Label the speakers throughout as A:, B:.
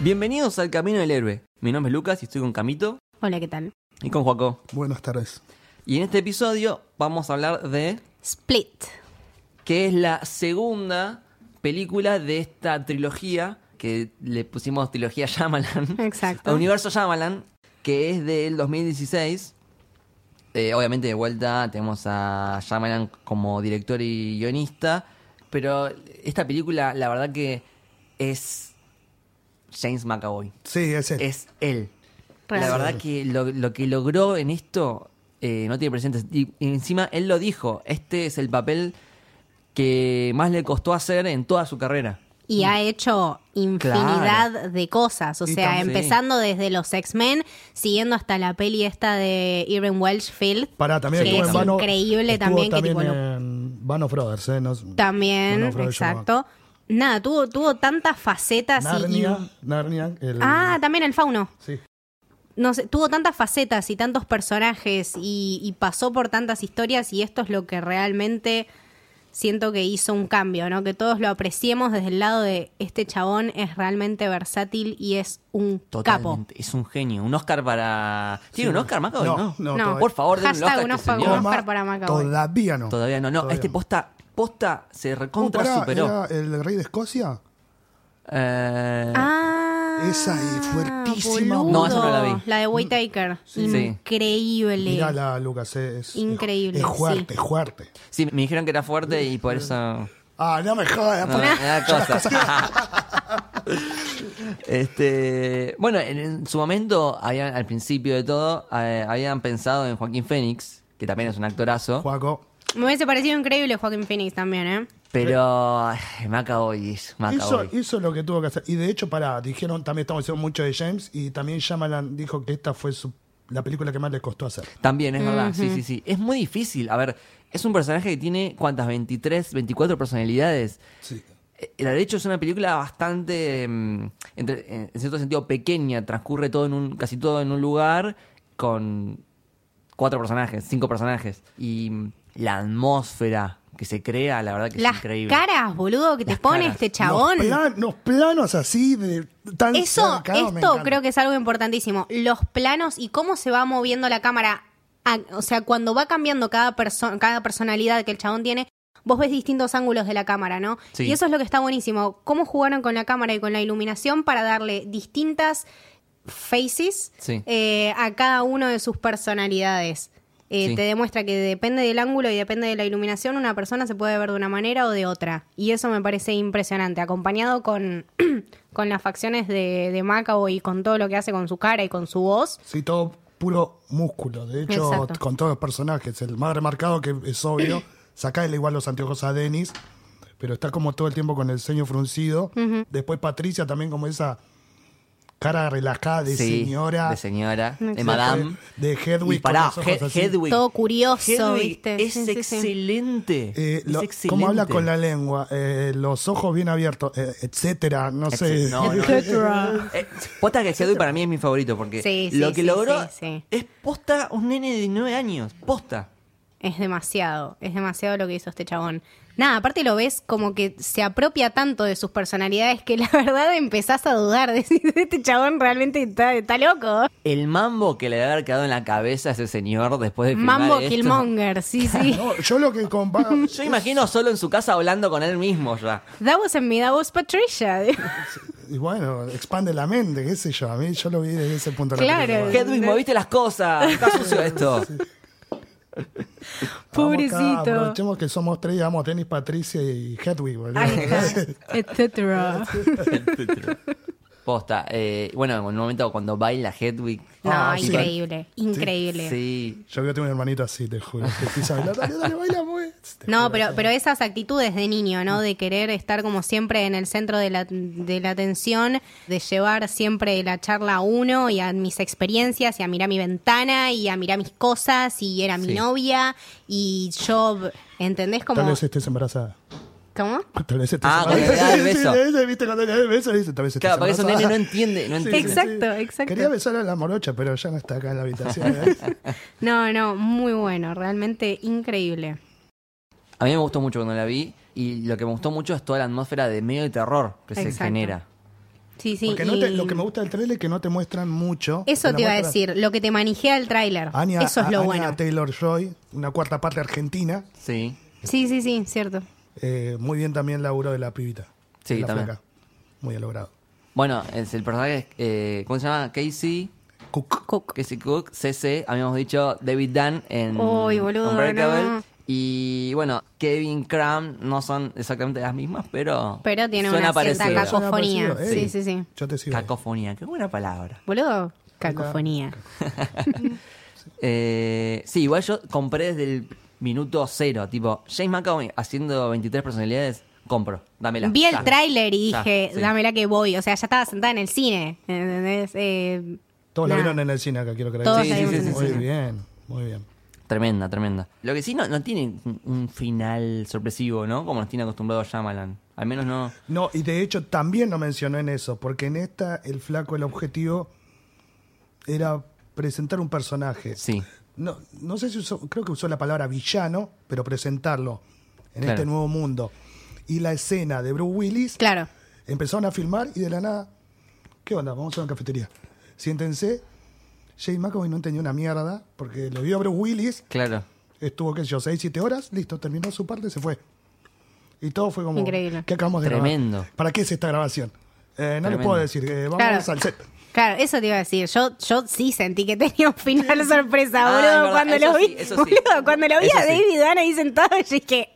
A: Bienvenidos al Camino del Héroe. Mi nombre es Lucas y estoy con Camito
B: Hola, ¿qué tal?
A: y con Joaco.
C: Buenas tardes.
A: Y en este episodio vamos a hablar de
B: Split.
A: que es la segunda película de esta trilogía que le pusimos trilogía Shyamalan.
B: Exacto.
A: O Universo Shyamalan, que es del 2016. Eh, obviamente de vuelta tenemos a Shyamalan como director y guionista, pero esta película la verdad que es James McAvoy.
C: Sí, es él.
A: Es él.
B: Realmente.
A: La verdad que lo, lo que logró en esto eh, no tiene presentes. Y encima él lo dijo, este es el papel que más le costó hacer en toda su carrera.
B: Y ha hecho infinidad de cosas. O
C: Mm. Y
B: sea,
A: también-
B: empezando desde los X-Men, siguiendo hasta la peli esta de Irving Welsh Field.
C: Pará, también
B: que
C: estuvo
B: es
C: en Vano.
B: increíble
C: estuvo
B: también, que
C: también
B: tipo, lo-
C: en Vano Brothers, ¿eh? No es-
B: También,
C: Bueno, Frodo
B: exacto. Nada, tuvo, tuvo tantas facetas y-
C: Narnia.
B: y.
C: Narnia. El,
B: Ah, también el fauno.
C: sí.
B: no sé, tuvo tantas facetas y tantos personajes y, y pasó por tantas historias y esto es lo que realmente siento que hizo un cambio, ¿no? Que todos lo apreciemos desde el lado de este chabón es realmente versátil y es un capo.
A: Totalmente. Es un genio. Un Oscar para. ¿Tiene un Oscar, Macaboy?
C: No,
A: No,
C: no,
B: No.
A: Por favor, denle un
B: Hashtag
A: Oscar. a
B: un
A: este
B: Oscar,
A: señor.
B: un Oscar para Macaboy.
C: Todavía no.
A: Todavía no, no.
C: Todavía
A: Este
C: no.
A: posta, posta se
C: Uh,
A: recontra
C: pará,
A: superó.
C: ¿era el rey de Escocia?
A: Eh,
B: Ah,
C: Esa es fuertísima,
B: boludo.
A: No, esa no la vi.
B: de Way Taker.
A: Sí. Sí.
B: Increíble.
C: Mirala, Lucas. Es, es-
B: Increíble,
C: Es fuerte,
B: sí.
C: es fuerte.
A: Sí, me dijeron que era fuerte y
C: Eh,
A: por eso.
C: Ah, no me jodas.
A: No,
C: pará.
A: me da cosa. este, bueno, en, en su momento, habían, al principio de todo, eh, habían pensado en Joaquín Fénix, que también es un actorazo,
C: Juaco.
B: Me hubiese parecido increíble Joaquin Phoenix también, ¿eh?
A: pero ay, Macaboy es
C: Hizo,
A: Macaboy.
C: hizo lo que tuvo que hacer. Y de hecho, pará, dijeron, también estamos diciendo mucho de James y también Shyamalan dijo que esta fue su- la película que más le costó hacer.
A: También, es verdad, sí, sí, sí. Es muy difícil, a ver, es un personaje que tiene, ¿cuántas? 23, 24 personalidades.
C: Sí.
A: Eh, La de hecho es una película bastante, mm, entre- en en cierto sentido, pequeña. Transcurre todo en un, casi todo en un lugar con cuatro personajes, cinco personajes. Y mm, la atmósfera que se crea, la verdad que
B: Las
A: es increíble.
B: caras, boludo, que te
A: Las
B: pone
A: caras.
B: este chabón.
C: Los, plan- los planos así de tan
B: Eso,
C: cercanos, me
B: esto
C: encanta.
B: creo que es algo importantísimo. Los planos y cómo se va moviendo la cámara. Ah, O sea, cuando va cambiando cada, perso- cada personalidad que el chabón tiene, vos ves distintos ángulos de la cámara, ¿no?
A: Sí.
B: Y eso es lo que está buenísimo. Cómo jugaron con la cámara y con la iluminación para darle distintas faces
A: Sí.
B: eh, a cada uno de sus personalidades. Eh,
A: Sí.
B: Te demuestra que depende del ángulo y depende de la iluminación, una persona se puede ver de una manera o de otra. Y eso me parece impresionante, acompañado con, con las facciones de, de Macao y con todo lo que hace con su cara y con su voz.
C: Sí, todo puro músculo. De hecho,
B: Exacto.
C: con todos los personajes. El más remarcado, que es obvio, sacále igual los anteojos a Denis, pero está como todo el tiempo con el ceño fruncido. Después Patricia también como esa cara relajada de
A: Sí,
C: señora.
A: De señora, de
B: Exacto.
A: madame.
C: De Hedwig
A: Y pará,
C: con los ojos
A: He-
C: así.
A: Hedwig.
B: Todo curioso,
A: Hedwig
B: ¿viste?
A: Es
B: Sí, sí, sí.
A: excelente.
C: Eh,
A: es
C: lo-
A: excelente.
C: ¿Cómo habla con la lengua? Eh, los ojos bien abiertos, eh, etcétera. No sé.
A: Excel- no, no.
B: Etcétera.
A: Eh, posta que Hedwig para mí es mi favorito porque
B: Sí, sí,
A: lo que
B: sí,
A: logró
B: sí, sí.
A: es posta un nene de 9 años. Posta.
B: Es demasiado, es demasiado lo que hizo este chabón. Nada, aparte lo ves como que se apropia tanto de sus personalidades que la verdad empezás a dudar. Decís, este chabón realmente está, está loco.
A: El mambo que le debe haber quedado en la cabeza a ese señor después de filmar
B: Mambo
A: esto.
B: Killmonger, sí, sí.
C: No, yo lo que comparo.
A: Yo imagino solo en su casa hablando con él mismo ya.
B: That was en me, that was Patricia.
C: y bueno, expande la mente, qué sé yo. A mí yo lo vi desde ese punto de
B: Claro.
C: la película.
A: Hedwig, moviste las cosas. Está sucio esto.
C: Vamos acá,
B: Pobrecito.
C: Aprovechemos que somos tres, digamos, Denis, Patricia y Hedwig, boludo.
B: Ahí está, etcétera.
A: Posta. eh, bueno, en un momento cuando baila Hedwig.
B: No,
C: Ah, sí.
B: increíble, increíble.
A: Sí.
C: Yo creo que tengo un hermanito así, te juro. Que empieza a bailar, dale, dale, baila, pues. Te
B: No,
C: juro,
B: pero,
C: sí.
B: pero esas actitudes de niño, ¿no? De querer estar como siempre en el centro de la, de la atención, de llevar siempre la charla a uno y a mis experiencias y a mirar mi ventana y a mirar mis cosas y era mi
A: Sí.
B: novia y yo, ¿entendés? Como,
C: Tal vez estés embarazada.
B: ¿Cómo?
C: Tal vez estés
A: Ah, cuando
C: embarazada.
A: le da el
C: Sí,
A: beso.
C: sí, sí, sí, viste, cuando le da el beso, dice, tal vez estés
A: Claro, porque eso
C: embarazada.
A: nene no entiende. No entiende.
B: Exacto. exacto.
C: Quería besar a la morocha, pero ya no está acá en la habitación. ¿eh?
B: No, no, muy bueno, realmente increíble.
A: A mí me gustó mucho cuando la vi. Y lo que me gustó mucho es toda la atmósfera de medio de terror que se
B: Exacto.
A: genera.
B: Sí, sí.
C: Porque no te-
B: y-
C: lo que me gusta del trailer es que no te muestran mucho.
B: Eso
C: la
B: te iba a
C: muestra-
B: decir, lo que te manijea el tráiler.
C: Anya-
B: Eso es
C: a-
B: lo
C: Anya
B: bueno.
C: Taylor Joy, una cuarta parte argentina.
A: Sí.
B: Sí, sí, sí, cierto.
C: Eh, muy bien también el laburo de la pibita.
A: Sí,
C: de la
A: también.
C: flaca. Muy bien logrado.
A: Bueno, es el personaje, eh, ¿cómo se llama? Casey.
C: Cook.
B: Cook.
A: Casey Cook, CC, habíamos dicho David Dunn en
B: Uy, boludo,
A: Unbreakable.
B: no.
A: Y bueno, Kevin Cram no son exactamente las mismas, pero.
B: Pero tiene
A: suena
B: una cierta
A: parecido.
B: caco- Cacofonía.
C: Suena parecido,
B: Sí, sí, sí.
C: Yo te sigo. ahí.
A: Cacofonía, qué buena palabra.
B: Boludo, cacofonía.
A: Eh, sí, igual yo compré desde el minuto cero. Tipo, James McAvoy haciendo 23 personalidades, compro. Dámela.
B: Vi el
A: ya.
B: tráiler y
A: Ya,
B: dije,
A: sí.
B: dámela que voy. O sea, ya estaba sentada en el cine. ¿entendés? Eh,
C: Todos lo
B: nada.
C: vieron en el cine acá, quiero creer.
B: Todos
A: Sí, la sí, vimos sí, en el
C: Muy
B: cine.
C: bien, muy bien.
A: Tremenda, tremenda. Lo que sí no, no tiene un- un final sorpresivo, ¿no? Como nos tiene acostumbrado Shyamalan. Al menos no.
C: No, y de hecho también lo mencionó en eso, porque en esta el flaco, el objetivo era presentar un personaje.
A: Sí.
C: No, no sé si usó, creo que usó la palabra villano, pero presentarlo en
A: Claro.
C: este nuevo mundo. Y la escena de Bruce Willis,
B: claro.
C: empezaron a filmar y de la nada, ¿qué onda? Vamos a una cafetería. Siéntense, James McAvoy no entendió una mierda, porque lo vio a Bruce Willis,
A: Claro.
C: estuvo, qué sé yo, 6, 7 horas, listo, terminó su parte, se fue. Y todo fue como,
B: Increíble.
C: ¿qué acabamos de
A: Tremendo.
C: grabar? ¿Para qué es esta grabación? Eh, no le
A: Tremendo.
C: puedo decir, eh, vamos
B: Claro.
C: al set.
B: Claro, eso te iba a decir. Yo, yo sí sentí que tenía un final sorpresa,
A: Ah, es
B: boludo.
A: verdad,
B: cuando
A: eso
B: lo vi,
A: sí, eso sí.
B: boludo, cuando lo vi
A: Eso
B: a
A: sí.
B: David Dunn ahí sentado, yo dije,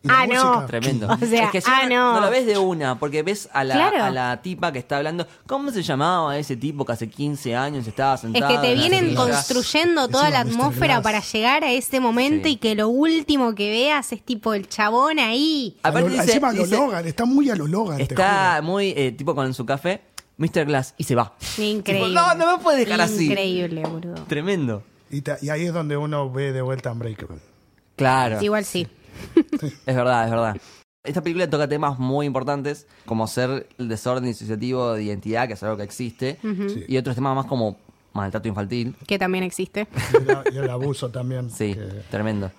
C: Y la
B: ah,
C: música.
B: no.
A: Tremendo.
B: O sea,
A: es que
B: ah,
A: ya no.
B: no.
A: lo ves de una, porque ves a la,
B: Claro.
A: a la tipa que está hablando. ¿Cómo se llamaba ese tipo que hace 15 años estaba
B: Es
A: sentado?
B: que te
A: en la
B: vienen
A: silla?
B: construyendo toda la
C: Encima, Mr.
B: atmósfera
C: Glass.
B: para llegar a ese momento
A: Sí.
B: y que lo último que veas es tipo el chabón ahí.
C: A
A: Aparte
C: lo-
A: dice-
C: encima a lo
A: dice-
C: Logan, está muy a lo Logan. te
A: Está
C: juro.
A: muy, eh, tipo con su café, Mr. Glass, y se va.
B: Increíble.
A: Tipo, no, no me puede dejar así.
B: Increíble, boludo.
A: Tremendo.
C: Y, ta- y ahí es donde uno ve de vuelta Unbreakable.
A: Claro.
B: Igual sí.
A: Es verdad, es verdad. Esta película toca temas muy importantes, como ser el desorden disociativo de identidad, que es algo que existe,
C: Sí.
A: y otros temas más como maltrato infantil.
B: Que también existe.
C: Y el, a- y el abuso también.
A: Sí,
C: que-
A: tremendo.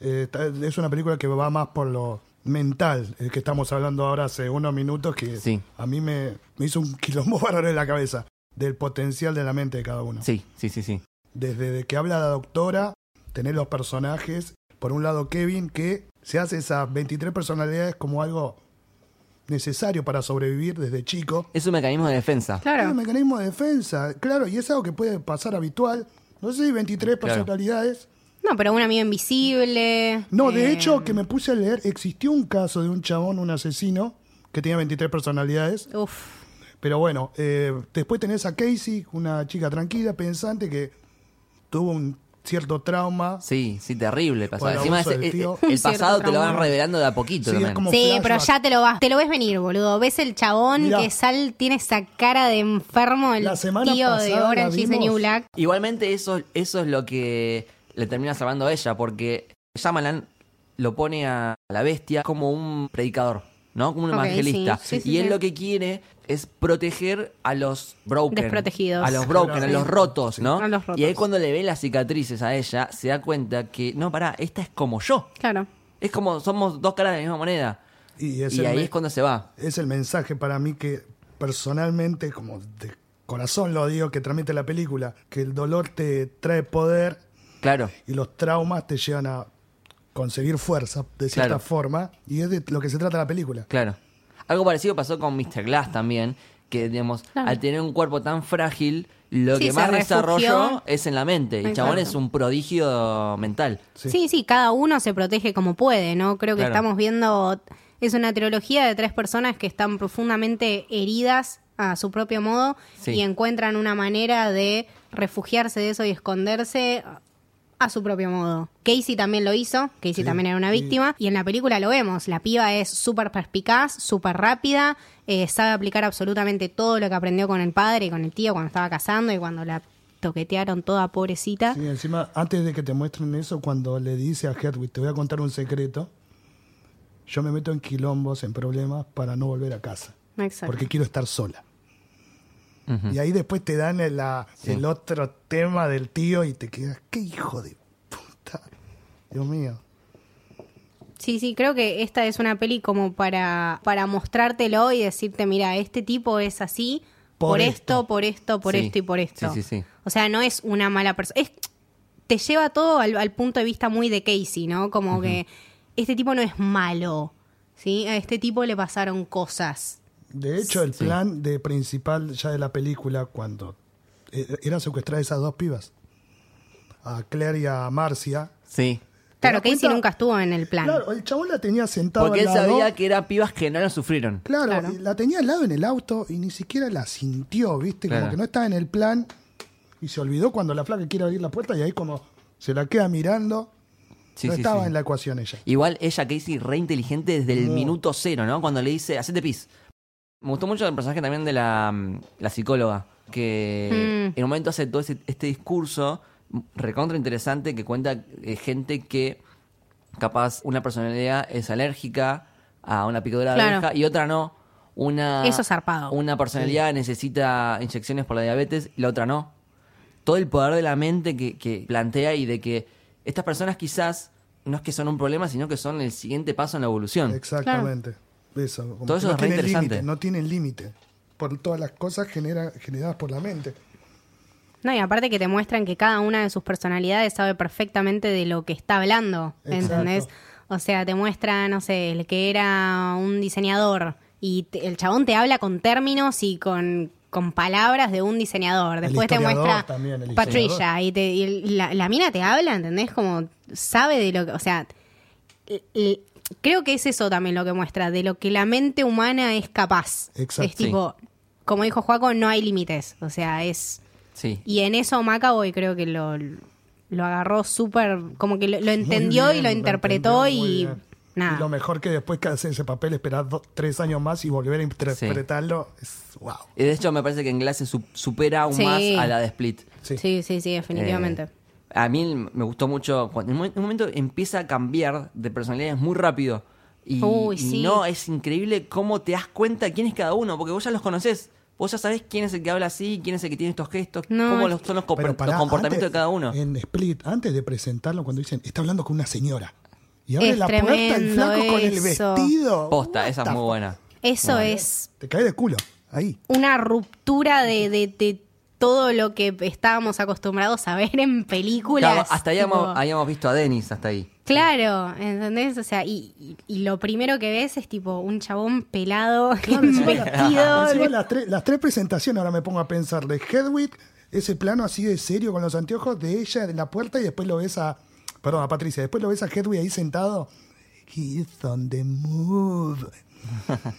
C: eh, está- es una película que va más por lo mental, el que estamos hablando ahora hace unos minutos, que
A: Sí.
C: a mí me, me hizo un quilombo bárbaro en la cabeza, del potencial de la mente de cada uno.
A: Sí, sí, sí, sí.
C: Desde de que habla la doctora, tener los personajes, por un lado Kevin, que se hace esas 23 personalidades como algo necesario para sobrevivir desde chico.
A: Es un mecanismo de defensa.
C: Es un
B: Claro.
C: mecanismo de defensa, claro, y es algo que puede pasar habitual. No sé, 23
A: Claro.
C: personalidades.
B: No, pero un amigo invisible.
C: No, de
B: eh,
C: hecho, que me puse a leer, existió un caso de un chabón, un asesino, que tenía 23 personalidades.
B: Uf.
C: Pero bueno, eh, después tenés a Casey, una chica tranquila, pensante, que tuvo un cierto trauma.
A: Sí, sí, terrible. pasado.
C: O el
A: Encima
C: abuso
A: ese-
C: del
A: el,
C: tío.
A: el pasado
B: Cierto
A: te lo van
B: trauma.
A: revelando de a poquito
C: Sí, es
A: también.
C: como
B: Sí,
C: flashback.
B: pero ya te lo vas, te lo ves venir, boludo. Ves el chabón
C: Mirá.
B: que sal tiene esa cara de enfermo, el
C: La semana
B: tío de
C: pasada la
B: Orange is the New
C: vimos.
B: Black.
A: Igualmente eso, eso es lo que le termina salvando a ella, porque Shyamalan lo pone a la bestia como un predicador, ¿no? Como un
B: Ok,
A: evangelista.
B: sí, sí, sí,
A: y él
B: sí.
A: lo que quiere es proteger a los broken.
B: Desprotegidos.
A: A los broken, a
C: Claro.
A: los rotos, ¿no?
B: A los rotos.
A: Y ahí cuando le ve las cicatrices a ella, se da cuenta que, no, pará, esta es como yo.
B: Claro.
A: Es como, somos dos caras de la misma moneda.
C: Y, es,
A: Y
C: el
A: ahí
C: me-
A: es cuando se va.
C: es el mensaje para mí que personalmente, como de corazón lo digo, que transmite la película, que el dolor te trae poder
A: Claro.
C: y los traumas te llevan a conseguir fuerza de cierta
A: Claro.
C: forma. Y es de lo que se trata la película.
A: Claro. Algo parecido pasó con Mr. Glass también, que digamos,
B: Claro.
A: al tener un cuerpo tan frágil, lo
B: Sí,
A: que
B: se
A: más
B: refugió.
A: desarrollo es en la mente. Y el chabón
B: Exacto.
A: es un prodigio mental.
C: Sí.
B: Sí. sí, cada uno se protege como puede, ¿no? Creo que
A: Claro.
B: estamos viendo. Es una trilogía de tres personas que están profundamente heridas a su propio modo
A: Sí.
B: y encuentran una manera de refugiarse de eso y esconderse a su propio modo. Casey también lo hizo, Casey
C: Sí,
B: también era una
C: sí.
B: víctima y en la película lo vemos, la piba es súper perspicaz, súper rápida, eh, sabe aplicar absolutamente todo lo que aprendió con el padre y con el tío cuando estaba casando y cuando la toquetearon toda pobrecita.
C: Sí, encima, antes de que te muestren eso, cuando le dice a Hedwig, te voy a contar un secreto, yo me meto en quilombos, en problemas, para no volver a casa.
B: Exacto.
C: Porque quiero estar sola.
A: Ujú.
C: Y ahí después te dan el, la-
A: Sí.
C: el otro tema del tío y te quedas, qué hijo de puta. Dios mío.
B: Sí, sí, creo que esta es una peli como para, para mostrártelo y decirte, mira, este tipo es así por,
C: Por
B: esto,
C: esto.
B: por esto, por
A: Sí.
B: esto y por esto.
A: Sí, sí, sí.
B: O sea, no es una mala persona. Es, te lleva todo al, al punto de vista muy de Casey, ¿no? Como que este tipo no es malo, ¿sí? A este tipo le pasaron cosas.
C: De hecho, el plan de principal ya de la película, cuando eh, era secuestrar a esas dos pibas, a Claire y a Marcia.
A: Sí.
B: Claro,
C: das
B: Casey
C: cuenta?
B: nunca estuvo en el plan.
C: Claro, el chabón la tenía sentada
A: Porque él
C: al lado.
A: sabía que eran pibas que no lo sufrieron.
C: Claro,
B: Claro.
C: y la tenía al lado en el auto y ni siquiera la sintió, ¿viste?
A: Claro.
C: Como que no estaba en el plan y se olvidó cuando la flaca quiere abrir la puerta y ahí como se la queda mirando.
A: Sí,
C: no
A: sí,
C: estaba
A: sí.
C: en la ecuación ella.
A: Igual ella, Casey, re inteligente desde el minuto cero, ¿no? Cuando le dice, hacete pis. Me gustó mucho el personaje también de la, mm, la psicóloga, que
B: Mm.
A: en un momento hace todo ese- este discurso mm, recontra interesante que cuenta eh, gente que capaz una personalidad es alérgica a una picadura de
B: Claro.
A: abeja y otra no. Una,
B: Eso es zarpado.
A: Una personalidad necesita inyecciones por la diabetes y la otra no todo el poder de la mente que, que plantea y de que estas personas quizás no es que son un problema, sino que son el siguiente paso en la evolución.
C: Exactamente. Eso, como
A: Ah. Todo
C: que
A: eso
C: no
A: es re
C: tienen
A: interesante.
C: límite, no tienen límite. Por todas las cosas genera- generadas por la mente.
B: No, y aparte que te muestran que cada una de sus personalidades sabe perfectamente de lo que está hablando,
C: Exacto.
B: ¿entendés? O sea, te muestra, no sé, el que era un diseñador y te- el chabón te habla con términos y con, con palabras de un diseñador. Después te
C: historiador
B: muestra
C: también, el
B: Patricia
C: historiador.
B: y, te- y la, la mina te habla, ¿entendés? Como sabe de lo que, o sea, l- l- creo que es eso también lo que muestra, de lo que la mente humana es capaz.
C: Exacto.
B: Es tipo, como dijo Juaco, no hay límites, o sea, es...
A: Sí.
B: Y en eso Macaboy creo que lo, lo agarró súper, como que lo, lo entendió
C: Muy bien,
B: y lo interpretó
C: entendió muy
B: y
C: bien. Y
B: nada.
C: lo mejor que después que hace ese papel, esperar do- tres años más y volver a interpretarlo, es wow.
A: Y de hecho me parece que en Glass se su- supera aún
B: Sí.
A: más a la de Split.
C: Sí.
B: Sí, sí, sí, definitivamente.
A: Eh, a mí me gustó mucho. Cuando, en un mo- un momento empieza a cambiar de personalidades muy rápido. Y,
B: Uy,
A: y
B: sí.
A: no, es increíble cómo te das cuenta quién es cada uno, porque vos ya los conocés. Vos ya sabés quién es el que habla así, quién es el que tiene estos gestos,
B: No,
A: cómo
B: es-
A: los- son los, compor-
C: Pero
A: los
C: pará,
A: comportamientos de
C: antes-
A: cada uno.
C: En Split, antes de presentarlo, cuando dicen, está hablando con una señora. Y abre
B: Es
C: la puerta el
B: tremendo
C: flaco con el
B: eso.
C: vestido.
A: Posta,
C: What
A: esa es
C: the
A: muy
C: fu-
A: buena.
B: Eso es
C: Te cae de culo. Ahí.
B: una ruptura de, de, de todo lo que estábamos acostumbrados a ver en películas.
A: Claro, hasta habíamos,
B: tipo-
A: habíamos visto a Denis hasta ahí.
B: Claro, ¿entendés? O sea, y, y- y lo primero que ves es tipo un chabón pelado, en
C: encima la- Encima
B: vestido.
C: las, tres, las tres presentaciones, ahora me pongo a pensar, de Hedwig, ese plano así de serio con los anteojos de ella en la puerta y después lo ves a, perdón, a Patricia, después lo ves a Hedwig ahí sentado. He's on the move.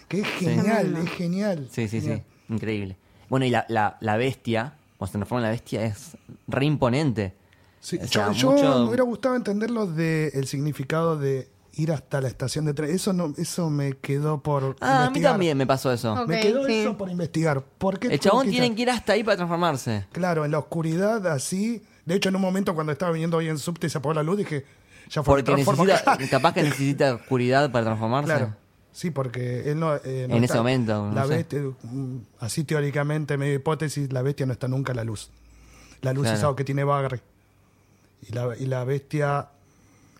C: Qué genial, es genial.
A: Sí, sí, sí.
C: Genial.
A: Increíble. Bueno, y la, la, la bestia, cuando se transforma en la bestia, es re imponente.
C: Sí,
A: O sea,
C: yo yo
A: mucho-
C: me hubiera gustado entender lo de el significado de ir hasta la estación de tren. Eso no, eso me quedó por
A: Ah, a mí
C: investigar.
A: también me pasó eso.
B: Ok,
C: Me quedó
B: sí.
C: eso por investigar. ¿Por qué
A: El chabón
C: Turquita?
A: tiene que ir hasta ahí para transformarse.
C: Claro, en la oscuridad, así. De hecho, en un momento cuando estaba viniendo hoy en subte y se apagó la luz, dije, ya fue.
A: Porque
C: transformo
A: necesita,
C: acá.
A: capaz que necesita oscuridad para transformarse.
C: Claro. Sí, porque él no. eh,
A: En
C: no
A: ese
C: está-
A: momento, no
C: La
A: sé.
C: bestia, mm, así teóricamente, medio hipótesis, la bestia no está nunca a la luz. La luz
A: Claro.
C: es algo que tiene Bagre. Y la, y la bestia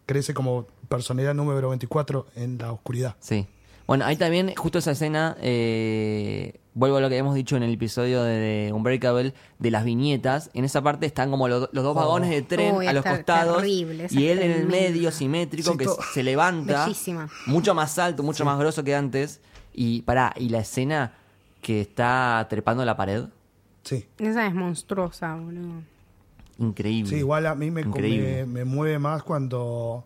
C: crece como personalidad número 24 en la oscuridad.
A: Sí. Bueno, ahí también, justo esa escena, eh, vuelvo a lo que habíamos dicho en el episodio de Unbreakable, de las viñetas. En esa parte están como los, los dos vagones de tren
B: Oh. Uy,
A: a los
B: está
A: costados.
B: terrible, esa
A: y él en el
B: tremenda.
A: medio, simétrico,
C: Sí,
A: que
C: todo.
A: se levanta.
B: Bellísima.
A: Mucho más alto, mucho más grosso que antes. Y pará, y la escena que está trepando la pared,
C: Sí.
B: Esa es monstruosa, boludo.
A: increíble.
C: Sí, igual a mí me,
A: Mm. Increíble.
C: me, me mueve más cuando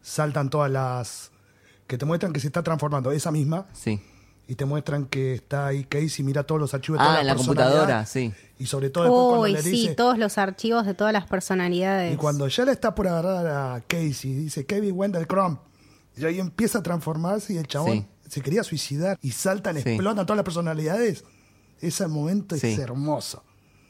C: saltan todas las. que te muestran que se está transformando, esa misma,
A: Sí.
C: y te muestran que está ahí Casey, mira todos los archivos de
A: Ah,
C: toda
A: en la
C: personalidad,
A: computadora, sí.
C: Y sobre todo después
B: Uy,
C: cuando le
B: sí,
C: dice.
B: todos los archivos de todas las personalidades.
C: y cuando ya le está por agarrar a Casey, dice Kevin Wendell Crump. Y ahí empieza a transformarse y el chabón se quería suicidar y saltan,
A: Sí.
C: explotan todas las personalidades. Ese momento
A: Sí.
C: es hermoso.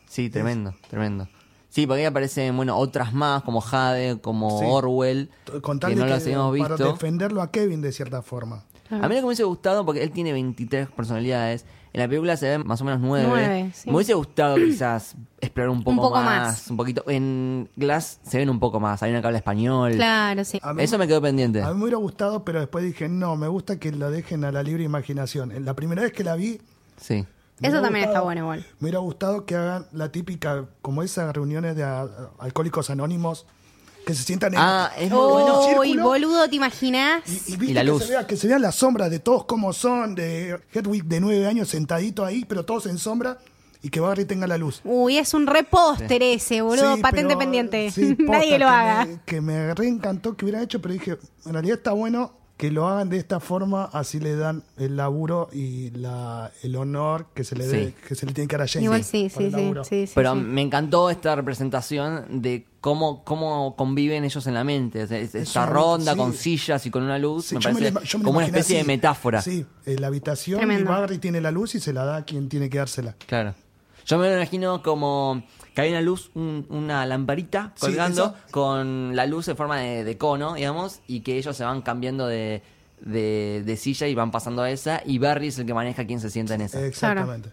A: Sí, tremendo, tremendo. Sí, porque ahí aparecen, bueno, otras más, como Jade, como
C: Sí.
A: Orwell,
C: Con
A: que
C: tal
A: no
C: de
A: las habíamos
C: para
A: visto.
C: defenderlo a Kevin de cierta forma.
A: A mí lo que me hubiese gustado, porque él tiene 23 personalidades, en la película se ven más o menos 9.
B: Nueve, sí.
A: Me hubiese gustado quizás explorar un poco,
B: poco
A: más,
B: más.
A: Un poquito. En Glass se ven un poco más, hay una que habla español.
B: Claro, sí.
C: A mí-
A: Eso me quedó pendiente.
C: A mí me hubiera gustado, pero después dije, no, me gusta que lo dejen a la libre imaginación. En La primera vez que la vi,
A: Sí.
C: Me
B: Eso
C: hubiera
B: también está
C: gustado-
B: bueno igual.
C: Me hubiera gustado que hagan la típica, como esas reuniones de a- alcohólicos anónimos, que se sientan en.
A: Ah, es muy
B: Uy,
A: bueno.
C: círculo.
B: Oh, boludo, ¿te imaginás?
C: Y, y viste
A: y la
C: que,
A: luz.
C: Se vea, que se vean las sombras de todos como son, de Hedwig de nueve años sentadito ahí, pero todos en sombra, y que Barry tenga la luz.
B: Uy, es un repóster ese, boludo.
C: Sí,
B: Patente
C: pero-
B: pendiente.
C: sí, posta,
B: Nadie lo
C: que
B: haga.
C: me- que me reencantó que hubiera hecho, pero dije, en realidad está bueno que lo hagan de esta forma, así le dan el laburo y la, el honor que se le
A: Sí.
C: dé- que se le tiene que dar a James.
B: Igual sí,
C: por
B: sí,
C: el
B: sí,
C: laburo.
B: sí, sí,
A: Pero mm,
B: sí.
A: me encantó esta representación de cómo, cómo conviven ellos en la mente. Es- es- Esta
C: una-
A: ronda
C: sí.
A: con sillas y con una luz
C: Sí,
A: me
C: yo me
A: parece
C: lo ima- yo me lo
A: como una
C: imaginé
A: especie de
C: así.
A: metáfora.
C: Sí, eh, la habitación
B: Tremendo.
C: y Barry tiene la luz y se la da a quien tiene que dársela.
A: Claro. Yo me lo imagino como que hay una luz, un- una lamparita
C: Sí,
A: colgando
C: eso.
A: con la luz en forma de, de cono, digamos, y que ellos se van cambiando de, de, de silla y van pasando a esa, y Barry es el que maneja quién se sienta en esa.
C: Exactamente.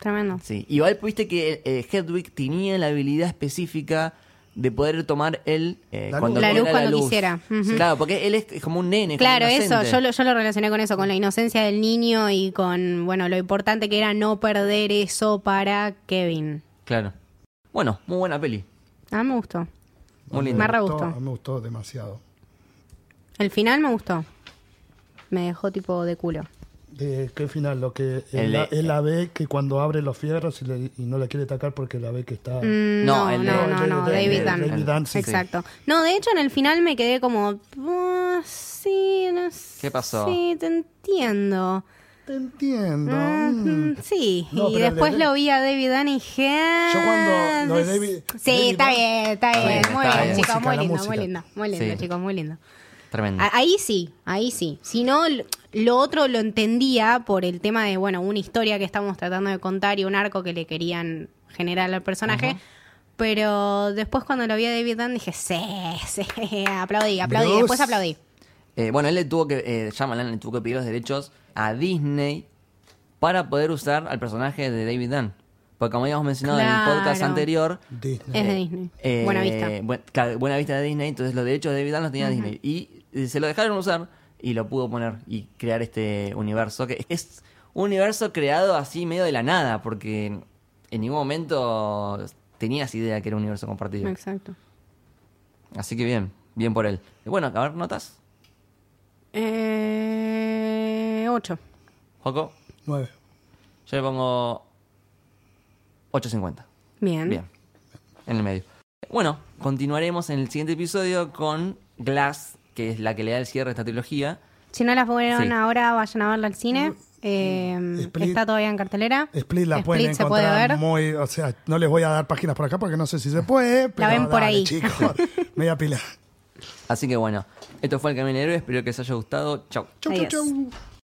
B: Tremendo.
A: Sí, igual viste que eh, Hedwig tenía la habilidad específica de poder tomar él eh,
C: La luz.
A: cuando
C: La
A: quiera
B: luz cuando quisiera. Ujú.
A: Claro, porque él es es como un nene. como
B: Claro,
A: un
B: eso,
A: inocente.
B: yo lo, yo lo relacioné con eso, con la inocencia del niño y con, bueno, lo importante que era no perder eso para Kevin.
A: Claro. Bueno, muy buena peli.
B: Ah, me gustó.
A: Muy
C: Me
A: linda.
B: Marra
C: gustó,
B: gustó.
C: Me gustó demasiado.
B: El final me gustó. Me dejó tipo de culo.
C: Eh, ¿Qué final? Lo que él,
A: El-
C: la, él la ve que cuando abre los fierros y, le- y no la quiere atacar porque la ve que está.
B: Mm,
A: No,
B: No, no,
A: el de-
B: no,
A: el
B: no,
A: de- el de-
B: David
A: el
B: Dunn.
A: de-
C: David Dunn, sí.
B: Exacto. No, de hecho en el final me quedé como, "Ah, sí, no sé.
A: ¿Qué pasó?
B: Sí, te entiendo.
C: Te entiendo.
B: Ah,
C: mm.
B: mm, sí,
C: No,
B: y
C: pero el de
B: después
C: David-
B: lo vi a David Dunn y dije... ah,
C: Yo cuando lo de
B: this-
C: David-
B: Sí,
C: David
B: está
C: Dunn-
B: bien, está
A: Está
B: bien.
A: bien,
B: Muy
A: está
B: bien,
A: bien.
B: chicos,
C: Música,
B: muy
C: la
B: lindo, muy
C: música.
B: lindo. Muy lindo,
A: Sí.
B: chicos, muy lindo.
A: Tremendo.
B: A- Ahí sí, ahí sí. Si no, l- lo otro lo entendía por el tema de, bueno, una historia que estamos tratando de contar y un arco que le querían generar al personaje. Pero después cuando lo vi a David Dunn dije, sí, sí, aplaudí, aplaudí.
C: Bruce.
B: Después aplaudí.
A: Eh, bueno, él le tuvo que, eh, Shyamalan le tuvo que pedir los derechos a Disney para poder usar al personaje de David Dunn. Porque como habíamos mencionado en el podcast
B: Claro.
A: anterior,
C: Disney.
B: Es de Disney.
A: eh,
B: Buena vista.
A: buen- claro, buena vista de Disney, entonces los derechos de David Dunn los tenía Disney. Y eh, se lo dejaron usar y lo pudo poner y crear este universo, que es un universo creado así medio de la nada, porque en ningún momento tenías idea que era un universo compartido.
B: Exacto.
A: Así que bien, bien por él. Y bueno, a ver, ¿notas?
B: Eh, ocho.
A: Joco,
C: Nueve.
A: yo le pongo 8.50.
B: Bien.
A: Bien. En el medio. Bueno, continuaremos en el siguiente episodio con Glass, que es la que le da el cierre a esta trilogía.
B: Si no las fueron
A: Sí. Mm.
B: ahora, vayan a verla al cine. Eh,
C: Split.
B: está todavía en cartelera.
C: Split la pueden
B: Split se puede
C: encontrar
B: ver.
C: muy. O sea, no les voy a dar páginas por acá porque no sé si se puede. Pero
B: ven por
C: dale,
B: ahí.
C: Chicos, media pila.
A: Así que bueno, esto fue El Camino del Héroe. Espero que les haya gustado. Chau.
C: Chau, chau,
B: Adiós.
C: chau.